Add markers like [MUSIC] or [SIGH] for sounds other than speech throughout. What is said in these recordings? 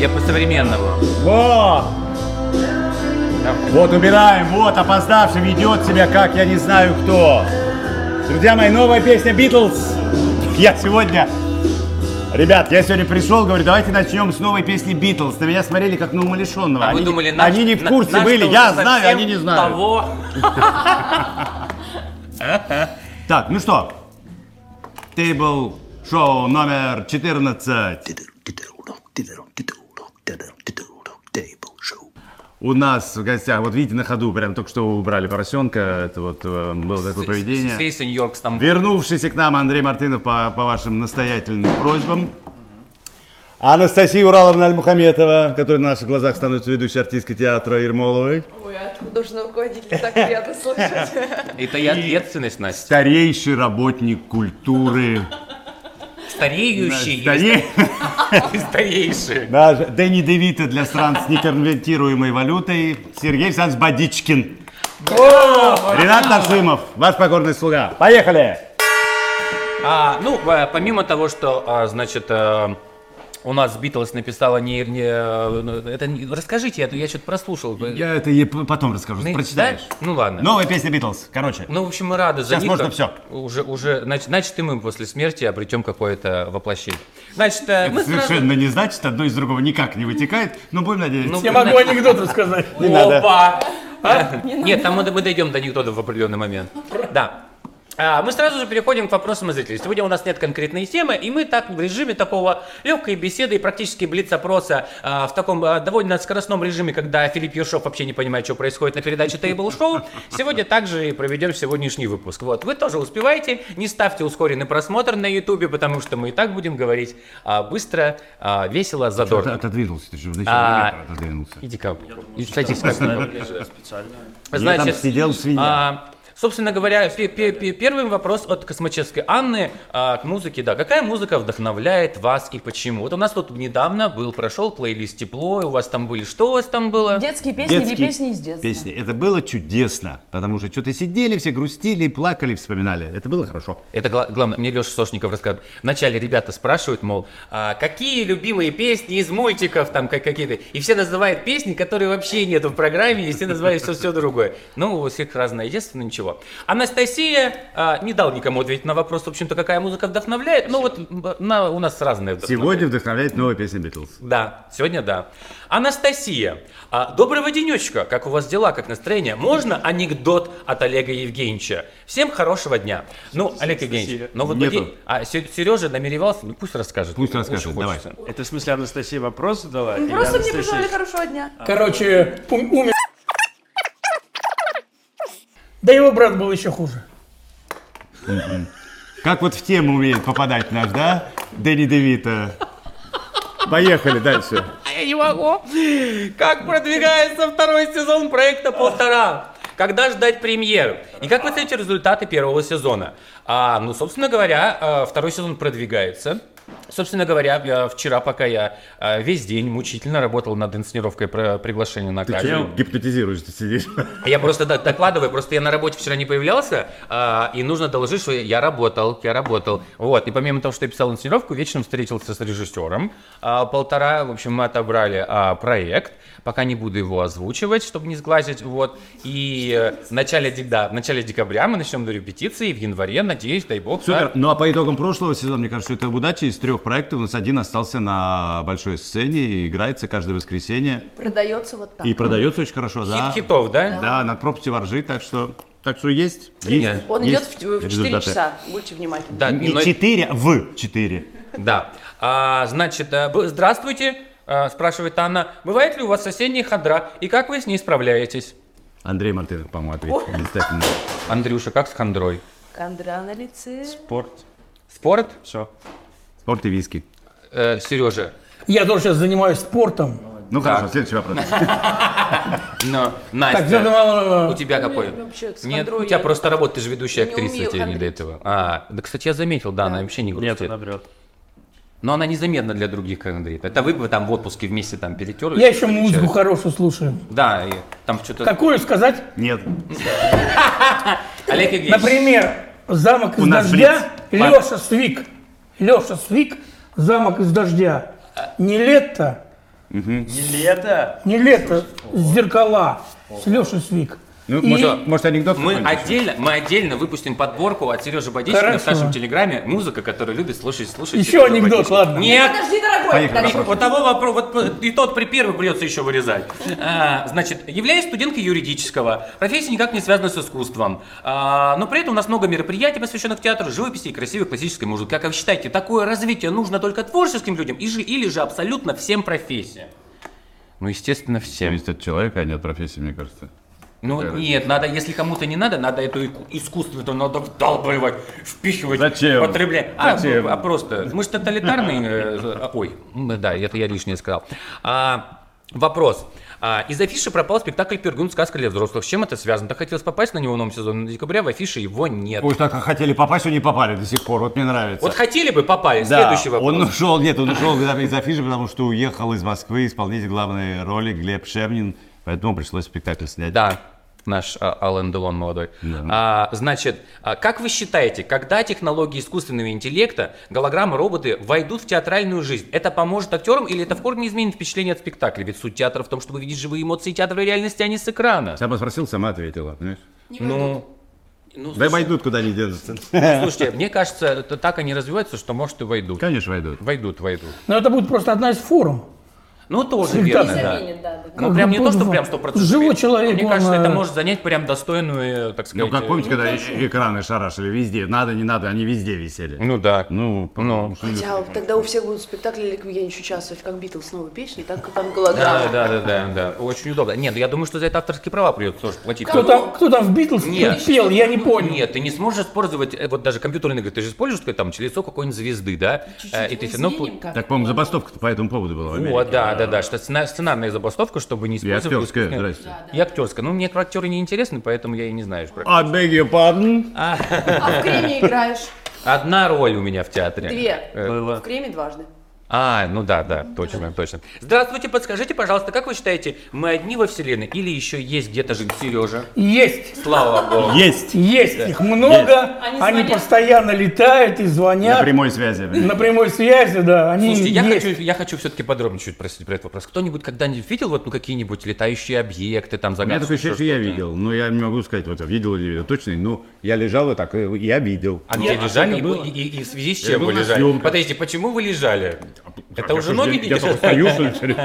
Я по-современному. Вот! Вот убираем, вот опоздавший ведет себя, как я не знаю кто. Друзья мои, новая песня Битлз. Я сегодня... Ребят, я сегодня пришел, говорю, давайте начнем с новой песни Битлз. На меня смотрели как на умалишенного. А они, вы думали, наш- они не в на- курсе наш-то были, уже я знаю, совсем они не знают. Того. Так, ну что, тейбл шоу номер 14. У нас в гостях, вот видите, на ходу прям только что убрали поросенка, это вот э, было такое поведение. Сей сеньор там. Вернувшийся к нам Андрей Мартынов по, по вашим настоятельным просьбам. Анастасия Ураловна Альмухаметова, которая на наших глазах становится ведущей артисткой театра Ермоловой. Ой, а от художественного руководителя так приятно слышать. Это и ответственность, Настя. Старейший работник культуры. Стареющий. Старе- или [LAUGHS] Старейший. Даже Дэнни Девита для стран с неконвертируемой валютой. Сергей Александрович Бадичкин. Ренат Насымов, ваш покорный слуга. Поехали! А, ну, э, помимо того, что, а, значит, э, у нас Битлз написала не... не, э, ну, это, не- расскажите, я, я что-то прослушал. Я это ей п- потом расскажу, Ну, прочитаешь. да? Ну ладно. Новая песня Битлз, короче. Ну, в общем, мы рады за Сейчас них. можно Как- всё. Уже, уже, значит, значит, и мы после смерти обретем какое-то воплощение. Значит, э, мы Это сразу- совершенно не значит, одно из другого никак не вытекает, но будем надеяться. Ну, Я могу анекдот рассказать. не надо. Опа! А? Нет, там мы, мы дойдем до анекдотов в определенный момент. Да. А, Мы сразу же переходим к вопросам от зрителей. Сегодня у нас нет конкретной темы, и мы так в режиме такого легкой беседы и практически блиц-опроса а, в таком а, довольно скоростном режиме, когда Филипп Ершов вообще не понимает, что происходит на передаче Тейбл Шоу, сегодня также и проведем сегодняшний выпуск. Вот, вы тоже успеваете, не ставьте ускоренный просмотр на Ютубе, потому что мы и так будем говорить а, быстро, а, весело, Что-то задорно. отодвинулся, ты же зачем А. ветер отодвинулся? Иди ко мне. И садись ко мне. Я там сидел свинья. А, собственно говоря, пе- пе- пе- первый вопрос от космической Анны а, к музыке. Да, какая музыка вдохновляет вас и почему? Вот у нас тут недавно был, прошел плейлист «Тепло», и у вас там были, что у вас там было? [LAUGHS] Детские песни или Детские песни из детства? Песни. Это было чудесно, потому что что-то сидели, все грустили, плакали, вспоминали. Это было хорошо. Это гла- главное, мне Леша Сошников рассказывает. Вначале ребята спрашивают, мол, а какие любимые песни из мультиков там как- какие-то? И все называют песни, которые вообще нету в программе, и все называют все, все другое. Ну, у всех разное детство, но ничего. Анастасия а, не дал никому ответить на вопрос, в общем-то, какая музыка вдохновляет. Ну, вот м, на, у нас разное вдохновение. Сегодня вдохновляет новая песня Битлз. Да, сегодня да. Анастасия, а, доброго денечка, как у вас дела, как настроение? Можно анекдот от Олега Евгеньевича? Всем хорошего дня. Ну, Олег Евгеньевич, но вот Нету. поди- а Сережа намеревался, ну пусть расскажет. Пусть Очень расскажет, давай. хочется. Это в смысле Анастасия вопрос задала? Или Ну, Просто мне Анастасия? пожелали хорошего дня. А. Короче, ум- умер. Да его брат был еще хуже. Как вот в тему умеет попадать наш, да? Дэнни Девита. Поехали дальше. А я не могу. Как продвигается второй сезон проекта «Полтора»? Когда ждать премьеру? И как вы оцените результаты первого сезона? А, ну, собственно говоря, э, второй сезон продвигается. Собственно говоря, я вчера, пока я э, весь день мучительно работал над инсценировкой про приглашения на Ты камеру. чего гипнотизируешь, ты сидишь? А Я просто да, докладываю, просто я на работе вчера не появлялся, а, и нужно доложить, что я работал, я работал. Вот, и помимо того, что я писал инсценировку, вечером встретился с режиссером. а, полтора, в общем, мы отобрали а, проект, пока не буду его озвучивать, чтобы не сглазить, вот. И э, в начале, дек- да, в начале декабря мы начнем до репетиции, и в январе, надеюсь, дай бог. да. Супер. Ну а по итогам прошлого сезона, мне кажется, это удача. Из трех проектов у нас один остался на большой сцене и играется каждое воскресенье. Продается вот так. И продается очень хорошо, да. Хит хитов, да? Да, над пропастью воржи, так что... Так что есть. есть Он идет в есть в 4 результаты. часа. Будьте внимательны. Да, Не но- 4, а в 4. Да. А, значит, а, б- здравствуйте, а, спрашивает Анна. Бывает ли у вас соседняя ходра, и как вы с ней справляетесь? Андрей Мартынов, по-моему, ответил. Блистательно. Андрюша, как с хандрой? Кондра на лице. Спорт. Спорт? Э, Все. Спорт и виски. Сережа. Я тоже сейчас занимаюсь спортом. Ну хорошо, следующий [LAUGHS] вопрос. Но, Так, ну, Настя, ну, у тебя какой? вообще с Нет, хандрой у тебя я просто работа, ты же ведущая не актриса, умею тебе не до хандрить. этого. А, да, кстати, я заметил, да, она вообще не Нет, грустит. она врет. Но она незаметна для других, как Андрей. Это вы бы там в отпуске вместе там перетерли. я еще музыку хорошую слушаю. Да, и там что-то... Какую сказать? Нет. Олег Евгеньевич. Например, замок из У нас дождя. блиц. Леша Свик. Леша Свик. Замок из дождя. Не лето, Не лето. Не лето, зеркала. Леша Свик. Ну, И- может, может, анекдот? Мы какой-нибудь? отдельно, мы отдельно выпустим подборку от Сережи Бодичкина в Хорошо. нашем телеграме. Музыка, которую любит слушать, слушать. Еще Сережа анекдот, Бодичкин. ладно. Нет, Э, Подожди, дорогой. Поехали, подожди. вопрос. Вот того вопрос, вот п- и тот при первый придется еще вырезать. А, значит, являюсь студенткой юридического, профессия никак не связана с искусством, А, но при этом у нас много мероприятий, посвященных театру, живописи и красивой классической музыке. Как вы считаете, такое развитие нужно только творческим людям и же, или же абсолютно всем профессиям? Ну, естественно, всем. Зависит от человека, а не от профессии, мне кажется. Ну, нет, надо, если кому-то не надо, надо эту ику- искусственную, надо вдалбливать, впихивать, Зачем? потреблять. А, Зачем? ну, а просто, мы же тоталитарные, э, ой, м, да, это я лишнее сказал. А, вопрос. А, из афиши пропал спектакль «Пергун. Сказка для взрослых». С чем это связано? Так хотелось попасть на него в новом сезоне, но декабря в афише его нет. Ой, а так хотели попасть, но не попали до сих пор. Вот мне нравится. Вот хотели бы попасть, Да, следующий вопрос. Он ушел, нет, он ушел из афиши, потому что уехал из Москвы исполнитель главной роли Глеб Шемнин, поэтому пришлось спектакль снять. Да, наш а, Ален Делон молодой. А, значит, а, как вы считаете, когда технологии искусственного интеллекта, голограммы, роботы войдут в театральную жизнь, это поможет актерам или это в корне изменит впечатление от спектакля? Ведь суть театра в том, чтобы видеть живые эмоции театра и реальности, а не с экрана. Сама спросил, сама ответила, понимаешь? Ну, ну, Да слушай, войдут, куда они денутся. Э. слушайте, мне кажется, это так они развиваются, что может и войдут. Конечно, войдут. Войдут, войдут. Но ну, это будет просто одна из форм. Ну, тоже Всегда. верно, Не да. заменит, да, да. Ну, прям не то, что Тоже прям вон. 100%. Живой человек, Мне он, кажется, это э, может занять прям достойную, э, так сказать... Ну, как э, помните, когда э- экраны шарашили везде, надо, не надо, они везде висели. Ну да. Ну, Ну. Хотя тогда у всех будут спектакли «Лик я ничего часов», как Битлз новой песни, так как там Да, голограмма. да, да, да, да. Очень удобно. Нет, ну я думаю, что за это авторские права придется тоже платить. Кто там, кто там в Битлз ну, Нет. пел, я не понял. Нет, ты не сможешь использовать, э, вот даже компьютерные игры, ты же используешь какое-то там лицо какой-нибудь звезды, да? Э, И ты все равно... пу- Так, по-моему, забастовка по этому поводу была Вот, в Америке. да, да, да, что сцена- сценарная забастовка, чтобы не использовать... актерская, искусственное- здрасте. Да, И актерская. Ну, мне про актеры не интересно, поэтому я и не знаю. Про... I beg your pardon. А в «Креме» играешь? Одна роль у меня в театре. Две. Э, а Было. В «Креме» дважды. А, ну да, да, точно, точно. Здравствуйте, подскажите, пожалуйста, как вы считаете, мы одни во вселенной или еще есть где-то же Сережа? Есть. Слава богу. Есть. Есть их много, Они они, звонят. постоянно летают и звонят. На прямой связи. На прямой связи, да, они Слушайте, я есть. хочу, я хочу все-таки подробнее чуть спросить про этот вопрос. Кто-нибудь когда-нибудь видел вот ну какие-нибудь летающие объекты, там У меня загадки? такое ощущение, что я видел, но я не могу сказать, вот видел или не видел, точно, но я лежал вот так, э, и я видел. А где лежали и, было. и- и в связи с Это чем вы была лежали? съемка. Подождите, почему вы лежали? А Это Я уже что, ноги я- Я видели? что, стою, что ли? [LAUGHS] что ли?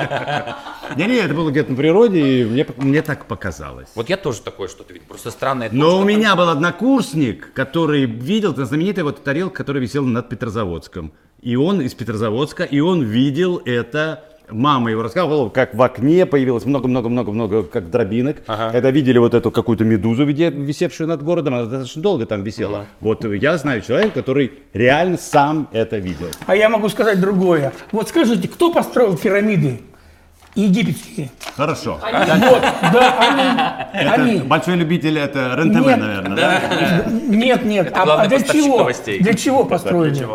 Не-не, это было где-то на природе, и мне, мне так показалось. Вот я тоже такое что-то видел, просто странное. Но Ну, у меня был однокурсник, который видел, это знаменитая вот тарелка, которая висела над Петрозаводском. И он из Петрозаводска, и он видел это. Мама его рассказывала, как в окне появилось много-много-много-много как дробинок. Это видели вот эту какую-то медузу, виде- висевшую над городом. Она достаточно долго там висела. Вот я знаю человека, который реально сам это видел. А я могу сказать другое. Вот скажите, кто построил пирамиды египетские? Хорошо. Вот, да, они. они. большой любитель, это рен Нет. наверное, да? Нет, нет. Это А, главный а для поставщик чего? новостей. Для чего построили?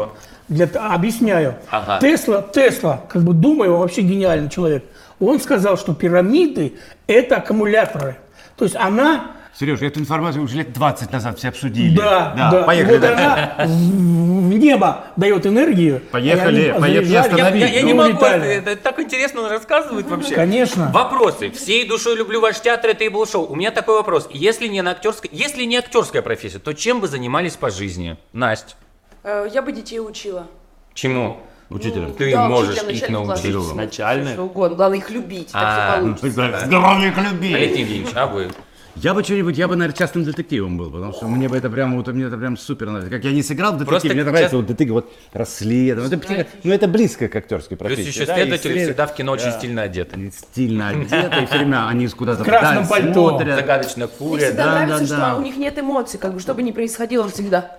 Для т- объясняю. Ага. Тесла, Тесла, как бы думаю, он вообще гениальный человек. Он сказал, что пирамиды это аккумуляторы. То есть она Сереж, эту информацию уже лет 20 назад все обсудили. Да, да. Поехали. Вот дальше. она в в небо дает энергию. Поехали, и они поехали, заряжали, Я, я- я не ну, могу, это, летали. это так интересно он рассказывает вообще. Конечно. Вопросы. Всей душой люблю ваш театр и тейбл шоу. У меня такой вопрос. Если не, на актерской, если не актерская профессия, то чем вы занимались по жизни? Настя, Э, Я бы детей учила. чему? Учителем. Ты Да, можешь учителя их начальных научить. классов. Начальных? Что угодно. Главное их любить, так А, все ну, получится. Здоровья к любви. Олег Евгеньевич, а вы? Я бы что-нибудь, я бы, наверное, частным детективом был, потому что мне бы это прям, вот, мне это прям супер нравится. Как я не сыграл в детективе, Просто мне это част- нравится, вот детектив, вот расследование. Это, практи- ну, это близко к актерской Плюс профессии. еще да, следователи и всегда в кино очень стильно одеты. след- Стильно одеты, и все время они из куда-то В красном вдаль пальто. смотрят. Загадочно Мне курят. всегда да, нравится, да, что да. у них нет эмоций, как бы, что бы ни происходило всегда.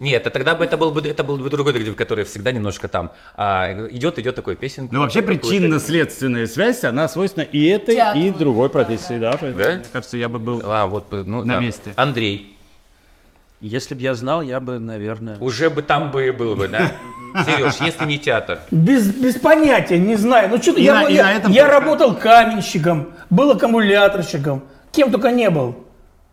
Нет, а тогда бы это был бы это был бы другой детектив, который всегда немножко там а, идет, идет такой песенку. Но Ну, вообще причинно-следственная связь, она свойственна и этой, и другой профессии. Да, поэтому, Да? Мне кажется, я бы был... А, вот, ну, На да. месте. Андрей. Если бы я знал, я бы, наверное... Уже бы там бы и был бы, [LAUGHS] да? Сереж, если не театр. Без, без понятия, не знаю. Ну что-то И я, на- был- и я, на этом я только. работал каменщиком, был аккумуляторщиком, кем только не был.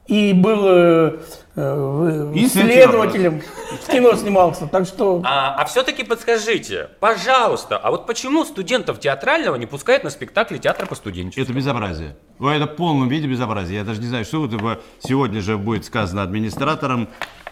И был э, э, в- И следователем в кино снимался. Так что А, все-таки подскажите, пожалуйста, а вот почему студентов театрального не пускают на спектакли театра по студенчеству? Это безобразие. Ой, Это в полном виде безобразие. Я даже не знаю, что вот его сегодня же будет сказано администраторам.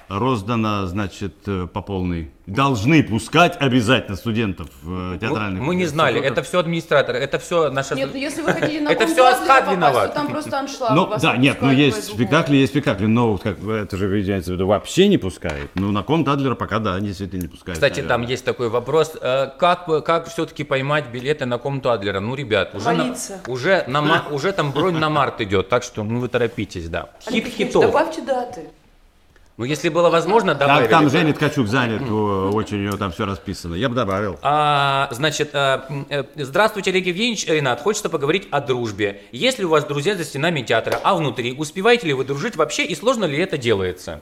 Роздано, значит, э, по полной. Должны пускать обязательно студентов э, театральных. Ну, Мы не знали, это все администраторы, это все наша... Нет, ну если вы хотели на Это конкурс всё Адлера Аскад попасть, виноват. то там просто аншлаг. Ну, вас да, не нет, ну пускают, есть поэтому- спектакли, есть спектакли, но вот как бы это же видите, в виду вообще не пускает. Ну, на ком-то Адлера пока, да, действительно не пускает. Кстати, там наверное. есть такой вопрос, э, как, бы- как все-таки поймать билеты на комнату Адлера? Ну, ребят, уже, на, Молиться. уже, на ма- уже там бронь на март идет, так что ну вы торопитесь, да. Олег Хит Евгеньевич, хитов. Добавьте даты. Ну, если было возможно, Там, добавили. там бы. Женя Ткачук занят, о, очень у него там все расписано. Я бы добавил. А, значит, а, м, э, здравствуйте, Олег Евгеньевич, э, Ренат, хочется поговорить о дружбе. Есть ли у вас друзья за стенами театра, а внутри? Успеваете ли вы дружить вообще и сложно ли это делается?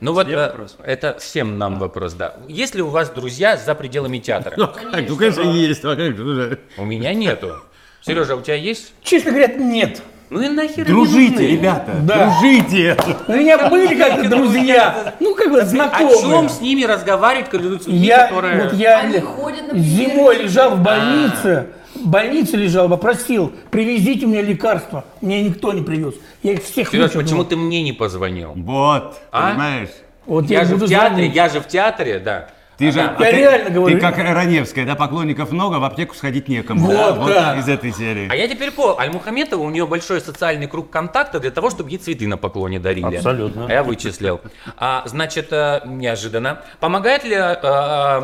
Ну вот, э, это всем нам вопрос, да. Есть ли у вас друзья за пределами Ну, театра? как, ну, конечно, есть. а как же. У меня нету. Сережа, у тебя есть? Честно говоря, нет. Ну и нахер они Дружите, нужны? ребята, Да. дружите. У меня были как-то друзья, ну как бы О чем знакомые. с ними разговаривать, когда идут люди, Я, которые... А. вот я Они ходят, например, зимой лежал в больнице, в больнице лежал, попросил, привезите мне лекарства. Мне никто не привез. Я их всех Сереж, вычеркнул. почему ты мне не позвонил? Вот, А? понимаешь? Вот Я я, же буду в театре, звонить. я же в театре, да. Ты же, а Я ты- реально говорю. Ты как Раневская, да, поклонников много, в аптеку сходить некому. Вот да, как. из этой серии. А я теперь по Альмухаметова, у нее большой социальный круг контакта для того, чтобы ей цветы на поклоне дарили. Абсолютно. А Я вычислил. А, значит, э, неожиданно. Помогает ли, э,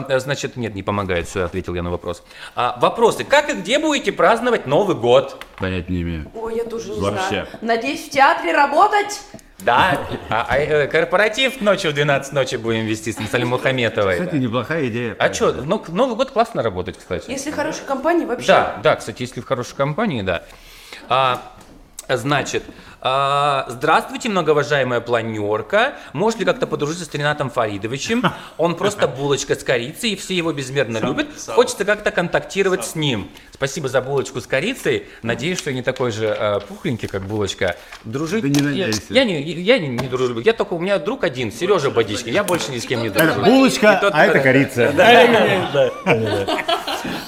э, значит, нет, не помогает, все, ответил я на вопрос. А, вопросы. Как и где будете праздновать Новый год? Понятия не имею. Ой, я тоже не Вообще. знаю. Надеюсь, в театре работать? Да, а, а, э, корпоратив ночью в 12 ночи будем вести с Альмухаметовой. Кстати, неплохая идея. А что, Новый год классно работать, кстати. Если хорошей компании, вообще. Да, да, кстати, если в хорошей компании, да. А, значит, а, здравствуйте, многоуважаемая планерка. Можете ли как-то подружиться с Ренатом Фаридовичем? Он просто булочка с корицей, и все его безмерно любят. Хочется как-то контактировать с ним. Спасибо за булочку с корицей. Надеюсь, что я не такой же э, пухленький, как булочка. Дружить... Да не я- надейся. Я, не, я не, не дружу. Я только... У меня друг один, Сережа Бодичкин. Я больше ни с кем не дружу. Это булочка, тот, а это который- корица.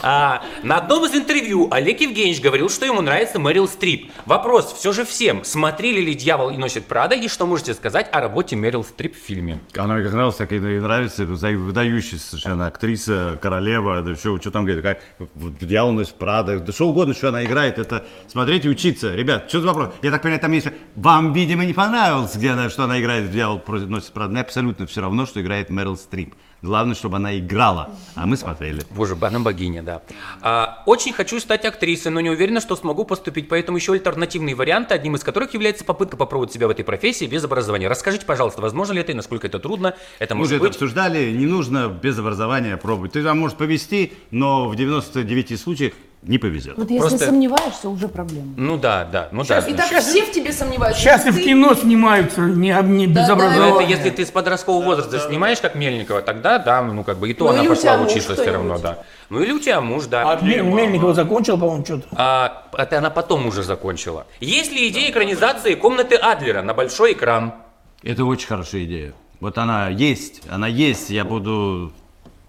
А, на одном из интервью Олег Евгеньевич говорил, что ему нравится Мэрил Стрип. Вопрос все же всем. Смотрели ли «Дьявол и носит Прада» и что можете сказать о работе Мэрил Стрип в фильме? Она мне как нравилась, так и нравится. Это вза- выдающаяся совершенно актриса, королева. Да что, что там говорит? Как, вот, дьяволность, Прада. Да что угодно, что она играет. Это смотреть и учиться. Ребят, что за вопрос? Я так понимаю, там есть... Вам, видимо, не понравилось, где она, что она играет в «Дьявол против- носит Прада». Мне абсолютно все равно, что играет Мэрил Стрип. Главное, чтобы она играла. А мы смотрели. Боже, она богиня, да. А, очень хочу стать актрисой, но не уверена, что смогу поступить, поэтому еще альтернативные варианты, одним из которых является попытка попробовать себя в этой профессии без образования. Расскажите, пожалуйста, возможно ли это и насколько это трудно? Это Мы может уже это быть... обсуждали, не нужно без образования пробовать. Ты там можешь повезти, но в 99 случаях не повезет. Вот если Просто- сомневаешься, уже проблема. Ну да, да, ну да. И так все в тебе сомневаются. Сейчас и в Ты- кино снимаются, не, об- не без Да, да, Но Ну, это образования. если ты с подросткового возраста снимаешь, как Мельникова, тогда да, ну как бы и то Ну, она или у пошла тебя муж учиться все равно, кто-нибудь. да. Ну или у тебя муж, да. А Мель- Мельникова закончил, по-моему, что-то. А, это она потом уже закончила. Есть ли идея экранизации комнаты Адлера на большой экран? Это очень хорошая идея. Вот она есть, она есть, я буду...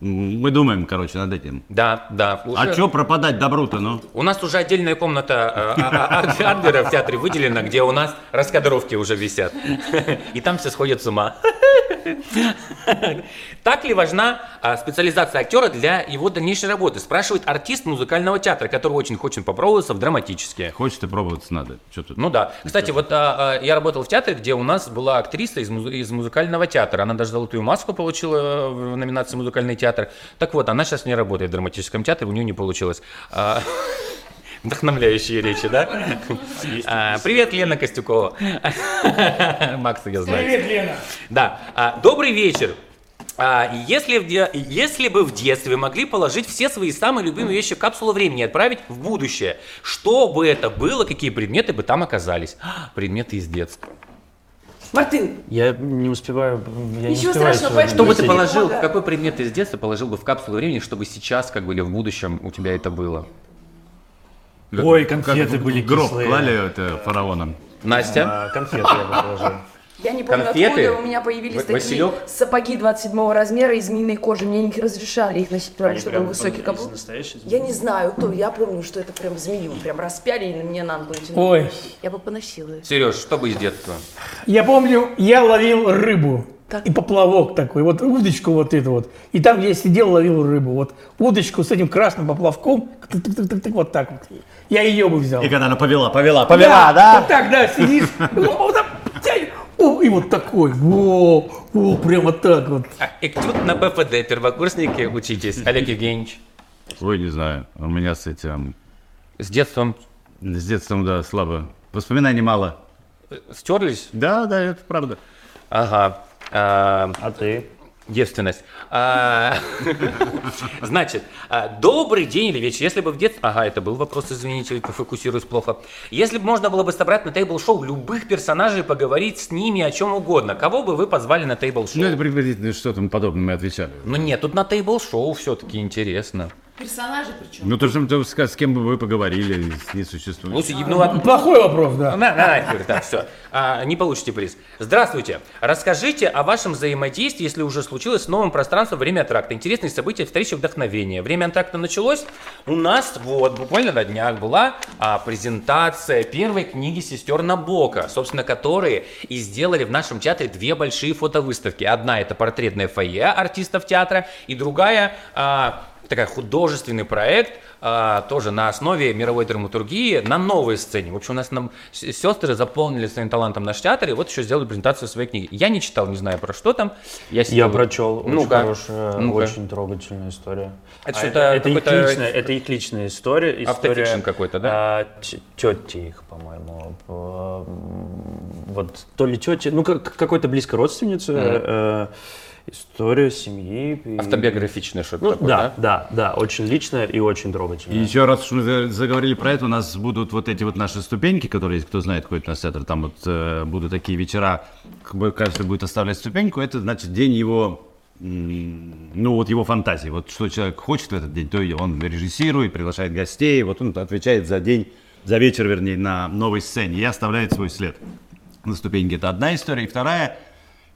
М, Мы думаем, короче, над этим. Да, да. уже- А что пропадать добру-то, ну? У нас уже отдельная комната э, а- а- а- Адлера в театре выделена, где у нас раскадровки уже висят. И там все сходят с ума. Так ли важна а, специализация актера для его дальнейшей работы? Спрашивает артист музыкального театра, который очень хочет попробоваться в драматические. Хочет и пробоваться надо. Что тут? Ну да. Кстати, вот а, а, я работал в театре, где у нас была актриса из, музы- из музыкального театра. Она даже золотую маску получила э, в номинации «Музыкальный театр». Так вот, она сейчас не работает в драматическом театре, у нее не получилось. А, [LAUGHS] Вдохновляющие речи, да? А, Привет, Лена Костюкова. [LAUGHS] Макса я знаю. Лена. Да. А, Добрый вечер. А, если, в де- если бы в детстве могли положить все свои самые любимые вещи в капсулу времени и отправить в будущее, что бы это было, какие предметы бы там оказались? А, Предметы из детства. Мартын, Я не успеваю. Я Ничего не успеваю страшного, сегодня. Что бы поэтому- ты Очень положил, много. какой предмет из детства положил бы в капсулу времени, чтобы сейчас, как бы, или в будущем у тебя это было? Ой, конфеты были Гроб кислые. клали это фараоном. Настя? [LAUGHS] А, Конфеты я бы положил. Я не помню, Конфеты? откуда у меня появились Ва- такие Василек? сапоги 27 размера из змеиной кожи. Мне не разрешали их носить, потому что был прям высокий из каблук. настоящей змеи? Я не знаю, то я помню, что это прям змею прям распяли и на меня на ногу натянули. Ой, Я бы поносила их. Сереж, что бы из детства? я помню, я ловил рыбу. Так. И поплавок такой, вот удочку вот эту вот. И там, где я сидел, ловил рыбу. Вот удочку с этим красным поплавком, тык-тык-тык-тык, вот так вот. Я ее бы взял. И когда она повела, повела, повела, да? Вот так, да, сидишь, ну, вот так тянешь. О, и вот такой, о, о, прямо так вот. А, Этюд на БФД, первокурсники, учитесь. [LAUGHS] Олег Евгеньевич, Ой, не знаю, у меня с этим, с детством с детством, да, слабо. Воспоминаний мало. стерлись? Да, да, это правда. Ага. А, А ты? Девственность. А, [LAUGHS] Значит, а, добрый день или вечер. Если бы в детстве... Ага, это был вопрос, извините, фокусируюсь плохо. Если бы можно было бы собрать на тейбл-шоу любых персонажей и поговорить с ними о чем угодно, кого бы вы позвали на Ну, это тейбл-шоу? приблизительно что-то подобное мы отвечали. Ну нет, тут на тейбл-шоу все-таки интересно. Персонажи причем. Ну, то, что то, с с кем бы вы поговорили, с несуществующим. Ну, сидим, ну ладно. Плохой вопрос, да. Ну, На, на, на, Юрий, да, все. не получите приз. Здравствуйте. Расскажите о вашем взаимодействии, если уже случилось с новым пространством время антракта. Интересные события, встреча вдохновения. Время антракта началось. У нас вот буквально на днях была а, презентация первой книги сестер Набока, собственно, которые и сделали в нашем театре две большие фотовыставки. Одна это портретное фойе артистов театра, и другая а, такая художественный проект, а, тоже на основе мировой драматургии, на новой сцене. В общем, у нас нам с- сестры заполнили своим талантом наш театр, и вот еще сделали презентацию своей книги. Я не читал, не знаю про что там. Я, Я сидел- прочел. Очень Ну-ка. хорошая, Ну-ка. очень трогательная история. Это А что-то это, их какой-то- личная, это их личная история. Автофикшн история, какой-то, тети их, по-моему. по- м, Вот то ли тети, ну как какой-то близкой родственницы. э, История семьи. и- Автобиографичное что-то Ну, такое, да, да? да, да, очень личная и очень трогательная. И еще раз уж мы за- заговорили про это, у нас будут вот эти вот наши ступеньки, которые есть, кто знает, ходит на театр, там вот э, будут такие вечера, как бы каждый будет оставлять ступеньку, это значит день его, м, ну вот его фантазии, вот что человек хочет в этот день, то и он режиссирует, приглашает гостей, вот он отвечает за день, за вечер, вернее, на новой сцене и оставляет свой след на ступеньке. Это одна история. И вторая,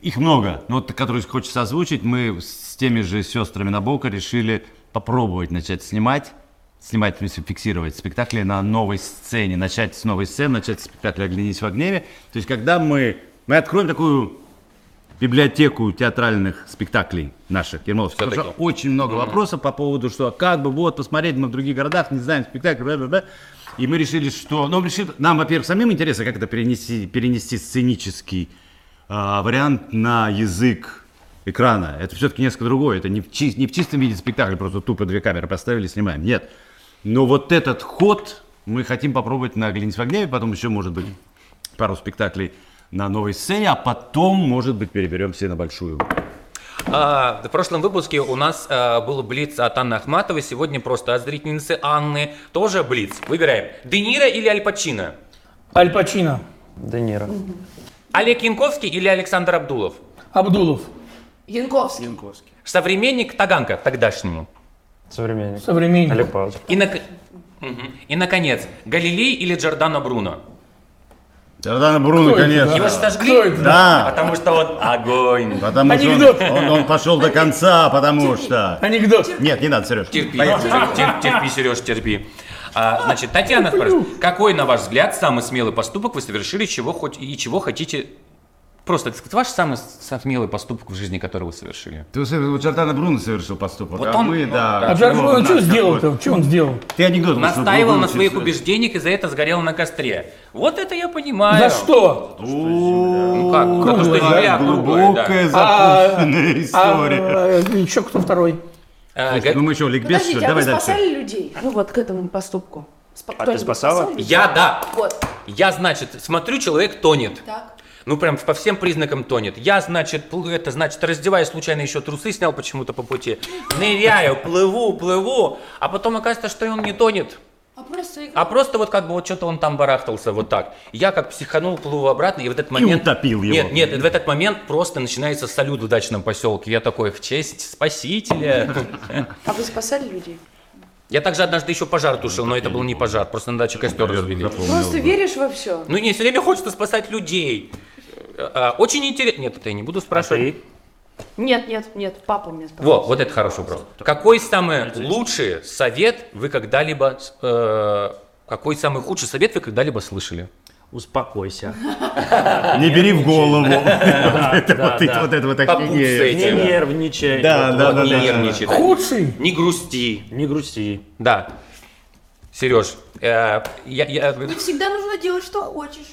их много, но вот, которые хочется озвучить, мы с теми же сестрами Набока решили попробовать начать снимать, снимать, в смысле, фиксировать спектакли на новой сцене, начать с новой сцены, начать с спектакля «Оглянись в огневе». То есть, когда мы, мы откроем такую библиотеку театральных спектаклей наших Ермолов. Потому что Всё-таки. очень много вопросов по поводу, что а как бы вот посмотреть, мы в других городах не знаем спектакль, бла-бла-бла. И мы решили, что... Ну, решили- нам, во-первых, самим интересно, как это перенести, перенести сценический а, вариант на язык экрана. Это все-таки несколько другое. Это не в, чи- не в чистом виде спектакля, просто тупо две камеры поставили, снимаем. Нет. Но вот этот ход мы хотим попробовать на «Оглянись в огне», потом еще, может быть, пару спектаклей на новой сцене, а потом, может быть, переберемся и на большую. А, в прошлом выпуске у нас а, был блиц от Анны Ахматовой, сегодня просто от зрительницы Анны. Тоже блиц. Выбираем. Де Ниро или Аль Пачино? Аль Пачино, Де Ниро. Олег Янковский или Александр Абдулов? Абдулов, Янковский. Современник Таганка тогдашнему. Современник. современник. Олег Павлович. И, нак- Мгм. И, наконец, Галилей или Джордано Бруно? Джордана Бруно, Кто это, конечно. Его же Кто сожгли, это? Да, потому что он огонь. потому что он, Анекдот. он- он пошел до конца, потому что... Анекдот. Нет, не надо, Сереж. Терпи, Серёж, тер- терпи, Сереж, терпи. А, значит, Татьяна спрашивает, какой, на ваш взгляд, самый смелый поступок вы совершили, чего хоть и чего хотите? Просто так сказать, ваш самый с- смелый поступок в жизни, который вы совершили. Ты Джордана Бруно совершил поступок, Вот а он- мы, да. А Джордж вот Брюнет что нас сделал-то? какой. Что он сделал? Ты анекдот послушал, Настаивал Бруно на своих чисто. убеждениях и за это сгорел на костре. Вот это А я понимаю. За что? Ну как? За то, что земля круглая, да. Круглая, да? Глубокая, А, запущенная история. А, э, еще кто второй? А, Слушай, га- ну мы что, ликбез, что Подождите, ли? а вы Давай дальше. спасали людей? Ну вот к этому поступку. Спа- ты кто-нибудь спасала? спасал людей? Я, да. Вот. Я, значит, смотрю, человек тонет. Так. Ну, прям по всем признакам тонет. Я, значит, пл- это значит, раздеваю случайно еще трусы, снял почему-то по пути. Ныряю, плыву, плыву, а потом оказывается, что и он не тонет. А просто игра. А просто вот как бы вот что-то он там барахтался вот так. Я как психанул, плыву обратно, и в этот момент... утопил его. Нет, нет, и в этот момент просто начинается салют в дачном поселке. Я такой, в честь [LAUGHS] спасителя. А вы спасали людей? Я также однажды еще пожар тушил, но это был не пожар, просто на даче костер развели. Просто веришь во все? Ну не, все время хочется спасать людей. А, Очень интересно. Нет, это я не буду А спрашивать. Нет, нет, нет, папа мне Во, спрашивал. вот это хороший вопрос. Какой самый лучший совет вы когда-либо... с- э, какой самый худший совет вы когда-либо слышали? Успокойся. Не бери в голову. Это Вот это вот это вот Попуцай. офигеть. Не нервничай. Да, Вот, да, вот, да, не да, нервничай. да. Худший? Не грусти. Не грусти. Да. Сереж, э, я, я- Всегда нужно делать, что хочешь.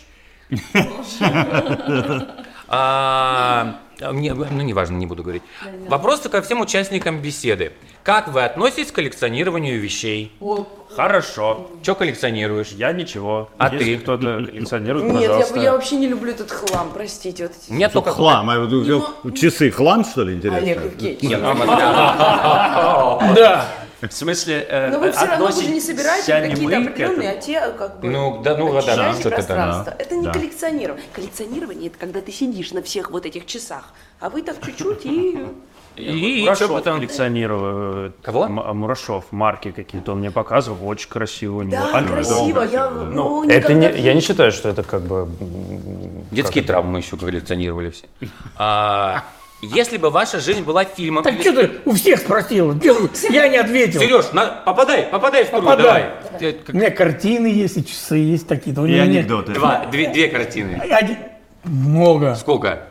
а, мне- ну, неважно, не буду говорить. Вопрос ко всем участникам беседы. Как вы относитесь к коллекционированию вещей? Хорошо. Что коллекционируешь? Я ничего. А Если ты? кто-то коллекционирует, Нет, я, пожалуйста. я вообще не люблю этот хлам, простите. Вот эти... Нет, только... Хлам. а вот, э, Часы хлам, что ли, Олег интересно? Евгеньевич. Да. В смысле, э, Но Ну, вы все равно вы же не собираете какие-то определенные, а те как бы Ну, да, ну, да, да, очищаете что-то, да. пространство. Это не Да. коллекционирование. Коллекционирование это когда ты сидишь на всех вот этих часах, а вы так чуть-чуть и И, и чё Мурашов потом? коллекционировал. Кого? Мурашов. Марки какие-то он мне показывал. Очень красиво у него. да, альбом. красиво. Я ну, Это не, никогда- я [LAUGHS] не считаю, что это как бы... Детские травмы еще коллекционировали все. [LAUGHS] А, если бы ваша жизнь была фильмом... Так что ты у всех спросил? Чё ты- Я не ответил. Сереж, попадай, попадай в круг, Попадай. давай. Ты как- У меня картины есть, и часы есть такие. но у И меня не- анекдоты. Два, две, две картины. Один- Много. Сколько?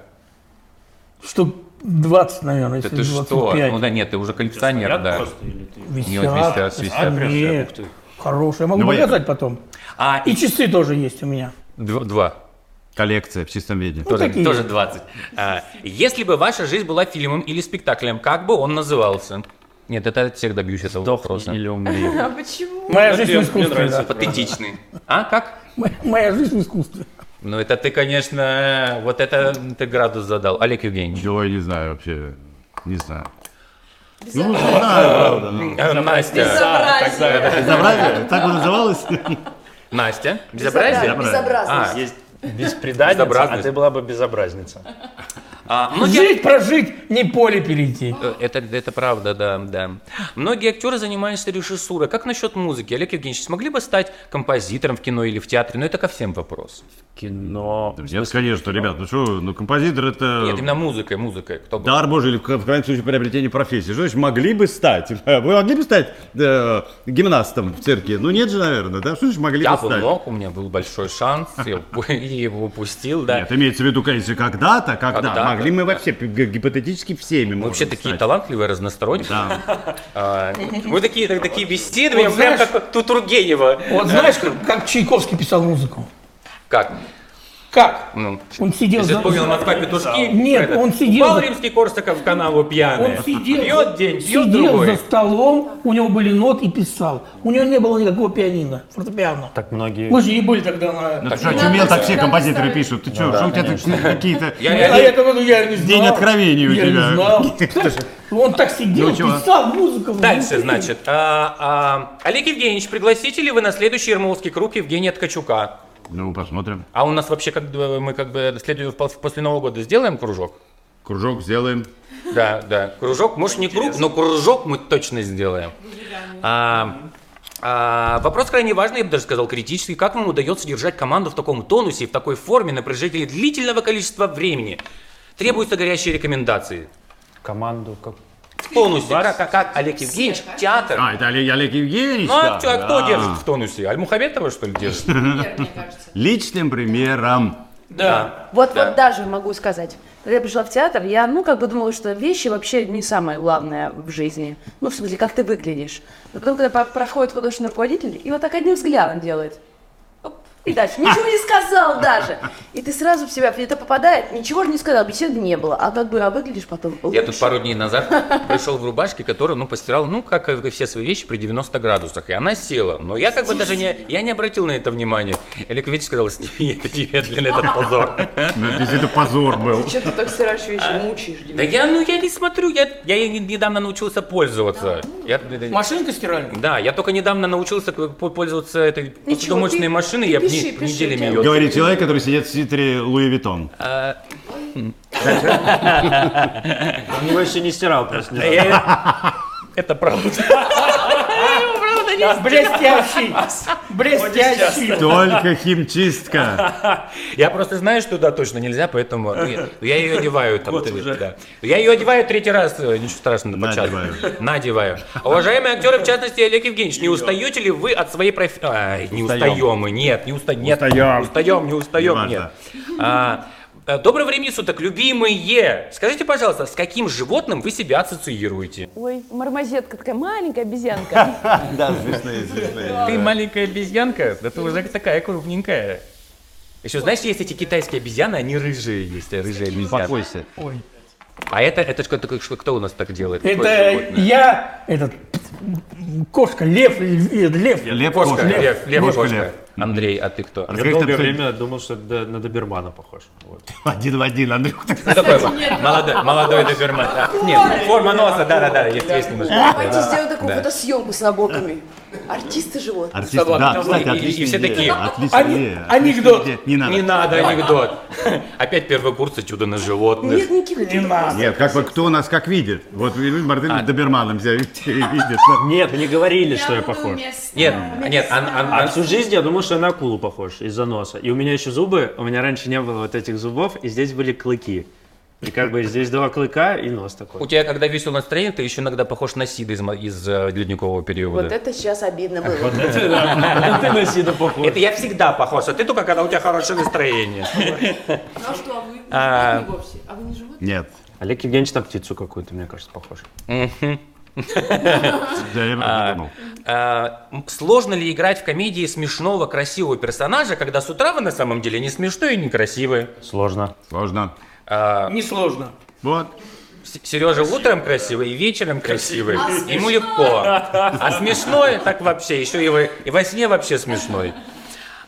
Штук 20, наверное, Да если ты не что? 25. Ну да нет, ты уже коллекционер, да. Не вот Висят. висят, свистят. Нет. Хорошие. Я могу Ну, я- показать потом. А, И и часы тоже есть у меня. дв- два. Коллекция в чистом виде. Тоже, Ну, такие. тоже 20. А, если бы ваша жизнь была фильмом или спектаклем, как бы он назывался? Нет, это от всех добьюсь этого вопроса. Или умри. А почему? Моя жизнь в Мне искусстве. нравится, да. патетичный. А, как? Моя- Моя жизнь в искусстве. Ну, это ты, конечно, вот это ты градус задал. Олег Евгеньевич. Чего я не знаю вообще. Не знаю. Ну, Э, Настя. Безобразие? ну. Так бы называлось? Настя. Безобразие? безобразно. А, есть. Беспреданница, а Безобразность. ты была бы безобразница. А, многие- Жить, прожить, не поле перейти. Э, Это, это правда, да, да. Многие актеры занимаются режиссурой. Как насчет музыки? Олег Евгеньевич, смогли бы стать композитором в кино или в театре? Но это ко всем вопрос. Кино. Нет, конечно, ребят, ну что, ну композитор Нет, это... именно музыкой, музыкой. Кто бы. Дар Божий, или в в крайнем случае приобретение профессии. Что значит, могли бы стать? [LAUGHS] Вы могли бы стать э, гимнастом в цирке? Ну нет же, наверное, да? Что значит, могли Я бы бы стать? мог, у меня был большой шанс, я бы- и его упустил, да. Нет, имеется в виду, конечно, когда-то, когда. Когда-то, могли мы вообще г- гипотетически всеми Мы можем вообще такие стать. талантливые, разносторонние. Да. А, Вы такие, так- такие беседы, я прям знаешь- как у Тургенева. Вот знаешь, как, как Чайковский писал музыку? Как? Как? Ну, Он сидел если за... вспомнил Москва петушки. Нет, этот, он сидел Упал за- римский Корсаков в канаву пьяный. Он сидел, Пьет день, пьет сидел за другой. столом, у него были ноты и писал. У него не было никакого пианино, фортепиано. Так многие... Мы же не были тогда на... Ну ты что, очумел, так все композиторы пишут. Ты что, что у тебя тут [LAUGHS] какие-то... [LAUGHS] Я- А я такой, ну я не знал. День откровений у я тебя. не [LAUGHS] знал. Слушай, Он так сидел, Ну, чего? писал музыку. Дальше, внутри. значит. а, а, Олег Евгеньевич, пригласите ли вы на следующий Ермоловский круг Евгения Ткачука? Ну, посмотрим. А у нас вообще, как бы, мы как бы следует- после Нового года сделаем кружок? Кружок сделаем. Да, да. Кружок, может, не круг, но кружок мы точно сделаем. А, а, вопрос крайне важный, я бы даже сказал, критический. Как вам удается держать команду в таком тонусе и в такой форме на протяжении длительного количества времени? Требуются горячие рекомендации. Команду как... В тонусе. Как, как, как Олег Евгеньевич, театр. А, это Олег, Олег Евгеньевич? ну, а да? кто, а кто Да. держит в тонусе? Альмухаметова, что ли, держит? Личным примером. Да. Вот, вот даже могу сказать. Когда я пришла в театр, я, ну, как бы думала, что вещи вообще не самое главное в жизни. Ну, в смысле, как ты выглядишь. Но потом, когда по- проходит художественный руководитель, и вот так одним взглядом делает. Оп, И дальше. Ничего не сказал даже. И ты сразу в себя в это попадает. Ничего же не сказал, беседы не было. А как бы, а выглядишь потом Я лучше. тут пару дней назад пришел в рубашке, которую, ну, постирал, ну, как и все свои вещи при 90 градусах. И она села. Но я как бы даже не, я не обратил на это внимания. Олег Викторович сказал, сними это немедленно, этот позор. Ну, это, это позор был. [LAUGHS] Че ты так стираешь вещи, мучаешь? Да я, ну, я не смотрю, я, я ей недавно научился пользоваться. Я- ну. Машинка стиральная. да, я только недавно научился как бы пользоваться этой Ничего, посудомоечной ты- машиной, ты я пиши, не- пиши, неделями делай. ее Говорит человек, который сидит в свитере Луи Виттон. У него еще не стирал просто. Это правда. Да, Блестящий. Блестящий. Только химчистка. Я просто знаю, что туда точно нельзя, поэтому ну, я, я ее одеваю. Там, ты- да. Я ее одеваю третий раз, э, ничего страшного. по часу. Надеваю. Надеваю. Уважаемые актеры, в частности, Олег Евгеньевич, не устаете ли вы от своей профессии? не Устаем. устаем мы, нет, не устаем. Нет, Устаем. устаем, не устаем, нет. Неважно. А, э, Доброго времени суток, любимые! Скажите, пожалуйста, с каким животным вы себя ассоциируете? Ой, мармозетка такая маленькая обезьянка. Да, смешные, смешные. Ты маленькая обезьянка, да ты уже такая крупненькая. Еще знаешь, есть эти китайские обезьяны, они рыжие есть, э, рыжие обезьяны. Успокойся. Ой. А это, это ж кто, кто- кто у нас так делает? Какое Это животное? я, этот, м, кошка, лев, лев, лев. Лев Кошка, кошка. лев, лев, Кошка, кошка. лев. [LAUGHS] Андрей, а ты кто? Я Расскажи, долгое ты- время думал, что это на добермана похож. Вот. Один в один, Андрюх. так Ну, такой вот, молодой, молодой доберман. да. Нет, форма носа, да-да-да, есть, есть немножко. Давайте сделаем такую Да. фотосъемку с набоками. Артисты живут. Артисты, Собака. да, И- и- кстати, и отличная все идея, такие, а Отличная они- идея. анекдот. отличная идея. Не Не надо надо. анекдот. Опять первый курс «Чудо на животных». Нет никаких Не надо. Нет, как бы кто нас как видит. Вот А. Мартын доберманом себя [LAUGHS] видит. Нет, мне говорили, что я похож. Нет, нет, ан- ан- А ан- всю жизнь я думал, что я на акулу похож из-за носа. И у меня еще зубы, у меня раньше не было вот этих зубов, и здесь были клыки. И как бы здесь два клыка и нос у такой. тебя, когда веселое настроение, ты еще иногда похож на Сида из, мо- из э, ледникового периода. Вот это сейчас обидно А было. Ты на Сида похож. Это я всегда похож, а ты только когда у тебя хорошее настроение. Ну а что, а вы А. животные вовсе? А вы не животные? Нет. Олег Евгеньевич на птицу какую-то, мне кажется, похож. Да, я подумал. А, м, Сложно ли играть в комедии смешного, красивого персонажа, когда с утра вы на самом деле не смешной и некрасивый? Сложно. Сложно. Несложно. Вот. Сережа утром красивый и вечером красивый. Ему легко. А смешной так вообще, еще и, во- и во сне вообще смешной.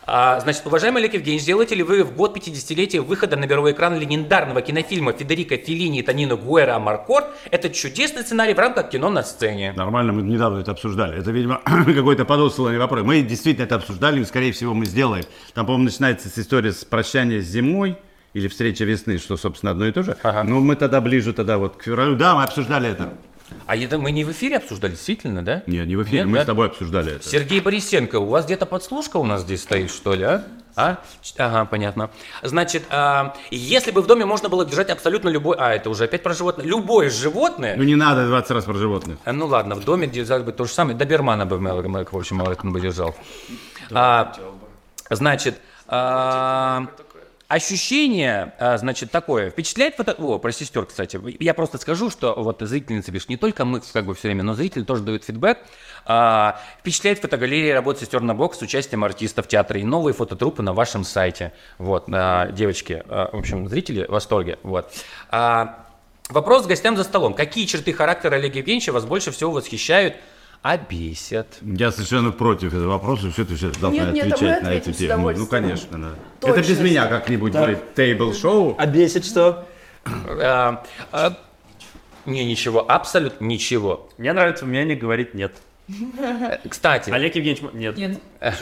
А, значит, уважаемый Олег Евгеньевич, сделаете ли вы в год 50-летия выхода на мировой экран легендарного кинофильма Федерико Феллини и Танина Гуэра «Амаркорд» этот чудесный сценарий в рамках кино на сцене? Нормально, мы недавно это обсуждали. Это, видимо, [CLEARS THROAT] какой-то подосланный вопрос. Мы действительно это обсуждали, и, скорее всего, мы сделаем. Там, по-моему, начинается с история с прощания с зимой или встреча весны, что, собственно, одно и то же. Ага. Но мы тогда ближе, тогда вот к февралю. Да, мы обсуждали это. А это мы не в эфире обсуждали, действительно, да? Не, не в эфире, Нет, мы да? с тобой обсуждали это. Сергей Борисенко, у вас где-то подслушка у нас здесь стоит, что ли, а? А? Ч- Ага, понятно. Значит, а, если бы в доме можно было держать абсолютно любой... А, это уже опять про животное. Любое животное... Ну не надо 20 раз про животных. А, Ну ладно, в доме держать бы то же самое. Добермана бы, мел- мел- в общем, Малыхин бы держал. А, значит, а, ощущение, а, значит, такое. Впечатляет фото... О, про сестер, кстати. Я просто скажу, что вот зрительницы пишут, не только мы как бы все время, но зрители тоже дают фидбэк. А, впечатляет фотогалерея работ сестер на бок с участием артистов театра и новые фототрупы на вашем сайте. Вот, а, девочки, а, в общем, зрители в восторге. Вот. А, Вопрос к гостям за столом. Какие черты характера Олега Евгеньевича вас больше всего восхищают, а бесят? Я совершенно против этого вопроса, все ты сейчас должна Нет, нет, а мы отвечать на ответим эту с тему. Ну, удовольствием. конечно, да. Точно. Это без меня как-нибудь будет тейбл-шоу. А бесит что? А, а, не, ничего, абсолютно ничего. Мне нравится, у меня не говорит нет. Э, Кстати, Олег Евгеньевич, нет. [LAUGHS]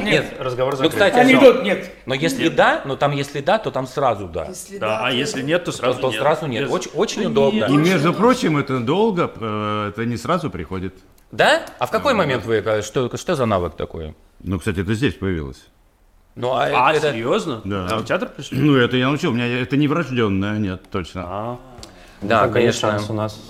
нет. Разговор Ну, закрыт. кстати, Анекдот нет. но если да, но там если да, то там сразу да. Да, а если нет, то сразу То нет. сразу нет. Без- Очень, очень удобно. И, между прочим, это долго, э, это не сразу приходит. Да? А в какой момент вы, э, что, что за навык такой? Ну, кстати, это здесь появилось. Ну, а, А, это- серьезно? Да. А в театр пришли? [CLEARS THROAT] Ну, это я научил, у меня это не врожденное, нет, точно. А, Да, тогда есть конечно. шанс у нас.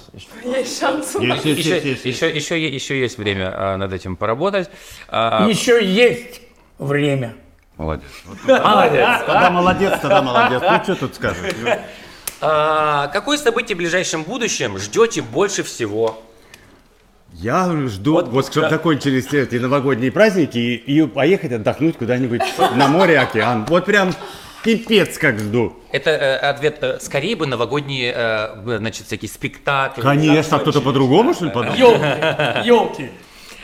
Есть шанс. Есть, есть, Еще, есть, есть. еще, еще, е- еще есть время а, над этим поработать. А, Еще есть время. Молодец. Тогда молодец, тогда молодец. Ну, что тут скажешь? а, какое событие в ближайшем будущем ждете больше всего? Я жду, вот, чтобы закончились эти новогодние праздники и, и поехать отдохнуть куда-нибудь на море, океан. Вот прям пипец как жду. Это э, ответ э, скорее бы новогодние, э, б- значит, всякие спектакли. Конечно, а кто-то по-другому, что ли, подумал? [LAUGHS] Елки, елки.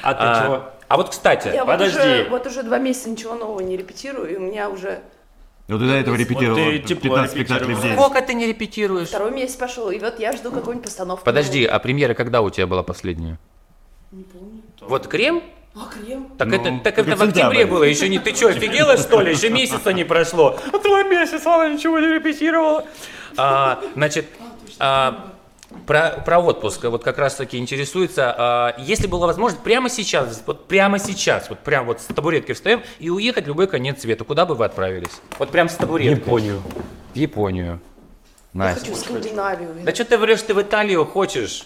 А ты А, чего? а вот, кстати, Я вот Подожди. уже- Вот уже два месяца ничего нового не репетирую, и у меня уже Ну, ты до этого репетировал ты тепло 15 спектаклей в день. сколько ты не репетируешь? второй месяц пошел, и вот я жду какую-нибудь постановку. Подожди, а премьера когда у тебя была последняя? Не помню. Вот крем? А крем? Так это, так так Ну, это и в октябре сентябрь. было, еще не ты что, офигела что ли? Еще месяца не прошло. А Два месяца она ничего не репетировала. А, значит, а, Про, про отпуск вот как раз таки интересуется. А, Если была возможность прямо сейчас, вот прямо сейчас, вот прям вот с табуреткой встаем и уехать в любой конец света, куда бы вы отправились? Вот прям с табуреткой. Японию. В Японию. Настя. Хочу в Скандинавию. Да что ты врешь, ты в Italian хочешь?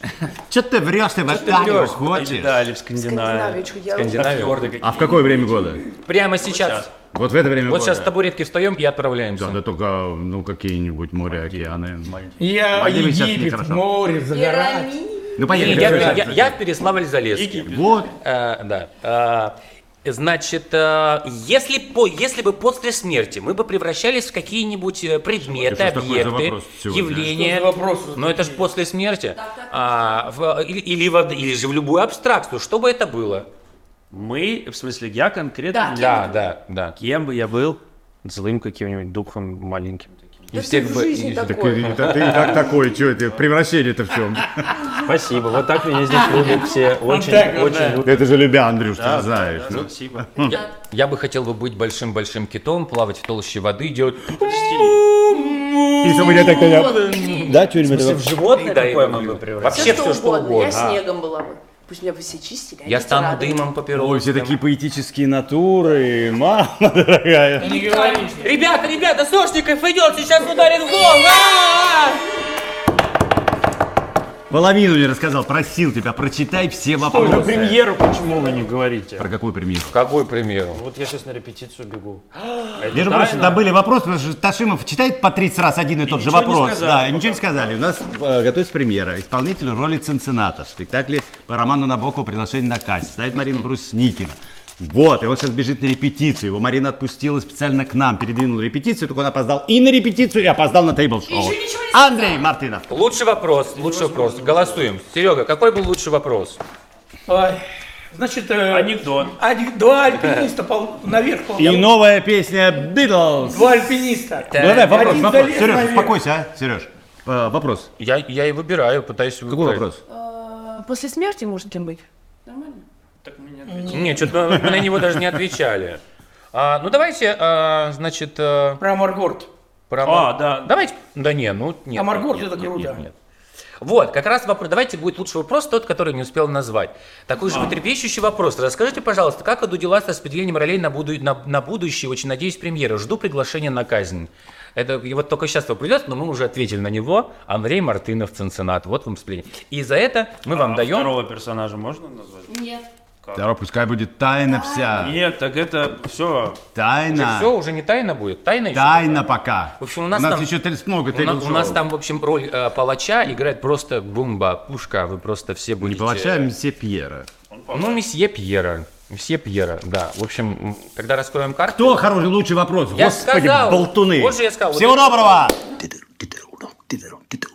Че ты врешь, ты в ты Италию врешь? хочешь? Да, или в Скандинавию. Скандинавию. чё, я- Скандинавию. А в какое время года? Прямо сейчас. Вот в это время Вот года. сейчас с табуретки встаем и отправляемся. Да, да только, ну, какие-нибудь моря, океаны. Ну, Я Вадим, сейчас Египет, нехорошо. море, загорать. Ну, И поехали. я, я- я в Переславль залез. Вот. да. А, Значит, э, если, по, если бы после смерти мы бы превращались в какие-нибудь э, предметы, Это что такое за объекты, вопрос сегодня? явления, Что за вопросы но это же после смерти, А, в- или, или в- или же в любую абстракцию, что бы это было? Мы, в смысле, А, я конкретно. Да, да, да. Кем бы я был? Злым каким-нибудь духом маленьким. И всех бы... и- Так, э, Ты, ты и так такой, что это, превращение-то в чем? Спасибо. Вот так меня здесь любят все. так Очень, вот, да. очень любят. Это же любя, Андрюш, ты знаешь. ну. Спасибо. Я, я бы хотел бы быть большим-большим китом, плавать в толще воды, делать... Ну, Если бы я так тогда- Да, тюрьма. В животное Да, такое я мы бы люблю. превратились. Вообще все, что Я угодно. снегом была бы. Пусть меня бы все чистили. а Я дети стану радовали. дымом папирос. Ой, все такие поэтические натуры, мама дорогая. Не говорите. Ребята, ребята, Сошников идет, сейчас ударит в голову. Половину не рассказал, просил тебя, прочитай все Про вопросы. премьеру почему вы не говорите? Про какую премьеру? Какой примеру? Вот я сейчас на репетицию бегу. Между прочим, добыли вопрос, потому что Ташимов читает по 30 раз один и тот же ничего не вопрос. сказали Да, пока. и ничего не сказали. У нас э, готовится премьера. Исполнителю роли Цинцината в спектакле по роману Набокова «Приглашение на кассе». Ставит Марина Брусникина. Вот, и он сейчас бежит на репетицию. Его Марина отпустила специально к нам, передвинула репетицию, только он опоздал и на репетицию, и опоздал на тейбл-шоу. Андрей Мартынов. Лучший вопрос, лучший вопрос. Голосуем. Серега, какой был лучший вопрос? Ой, А, Значит, э, Анекдот. Один, два альпиниста пол- наверх пол- И новая песня «Битлз». Два альпиниста. Давай, вопрос, Один вопрос. залез Сереж, наверх. успокойся, а, Сереж. Э, Вопрос. Я, я и выбираю, пытаюсь Какой вопрос? А, После смерти может кем быть? Нет, что-то мы, мы на него даже не отвечали. А, ну давайте, а, значит, а, Про Маргорт. про... А, да. Давайте. Да не, ну нет. А Маргорт нет, это нет, круто. нет, нет. Вот, как раз вопрос. Давайте будет лучший вопрос тот, который не успел назвать. Такой же потрепещущий вопрос. Расскажите, пожалуйста, как идут дела с распределением ролей на, буду- на- на будущее, очень надеюсь, премьеры. Жду приглашения на казнь. Это и вот только сейчас придет, но мы уже ответили на него. Андрей Мартынов, Ценцинат. Вот вам сплетни. И за это мы вам даем. Второго персонажа можно назвать? Здорово, пускай будет тайна вся. Нет, так это все. Тайна. Все, уже не тайна будет. Тайна еще. Тайна пока. В общем, у нас, там... еще тридцать много у, нас, у тейбл-шоу. нас там, в общем, роль э, палача играет просто бумба, пушка. Вы просто все Не будете... получаем все Пьера. Ну, месье Пьера. Месье Пьера, да. В общем, м, когда раскроем карту... Кто хороший, лучший вопрос? Я Господи, сказал. болтуны. Вот же я сказал. Всего Вот это- доброго! Titero, titero, no, titero, titero.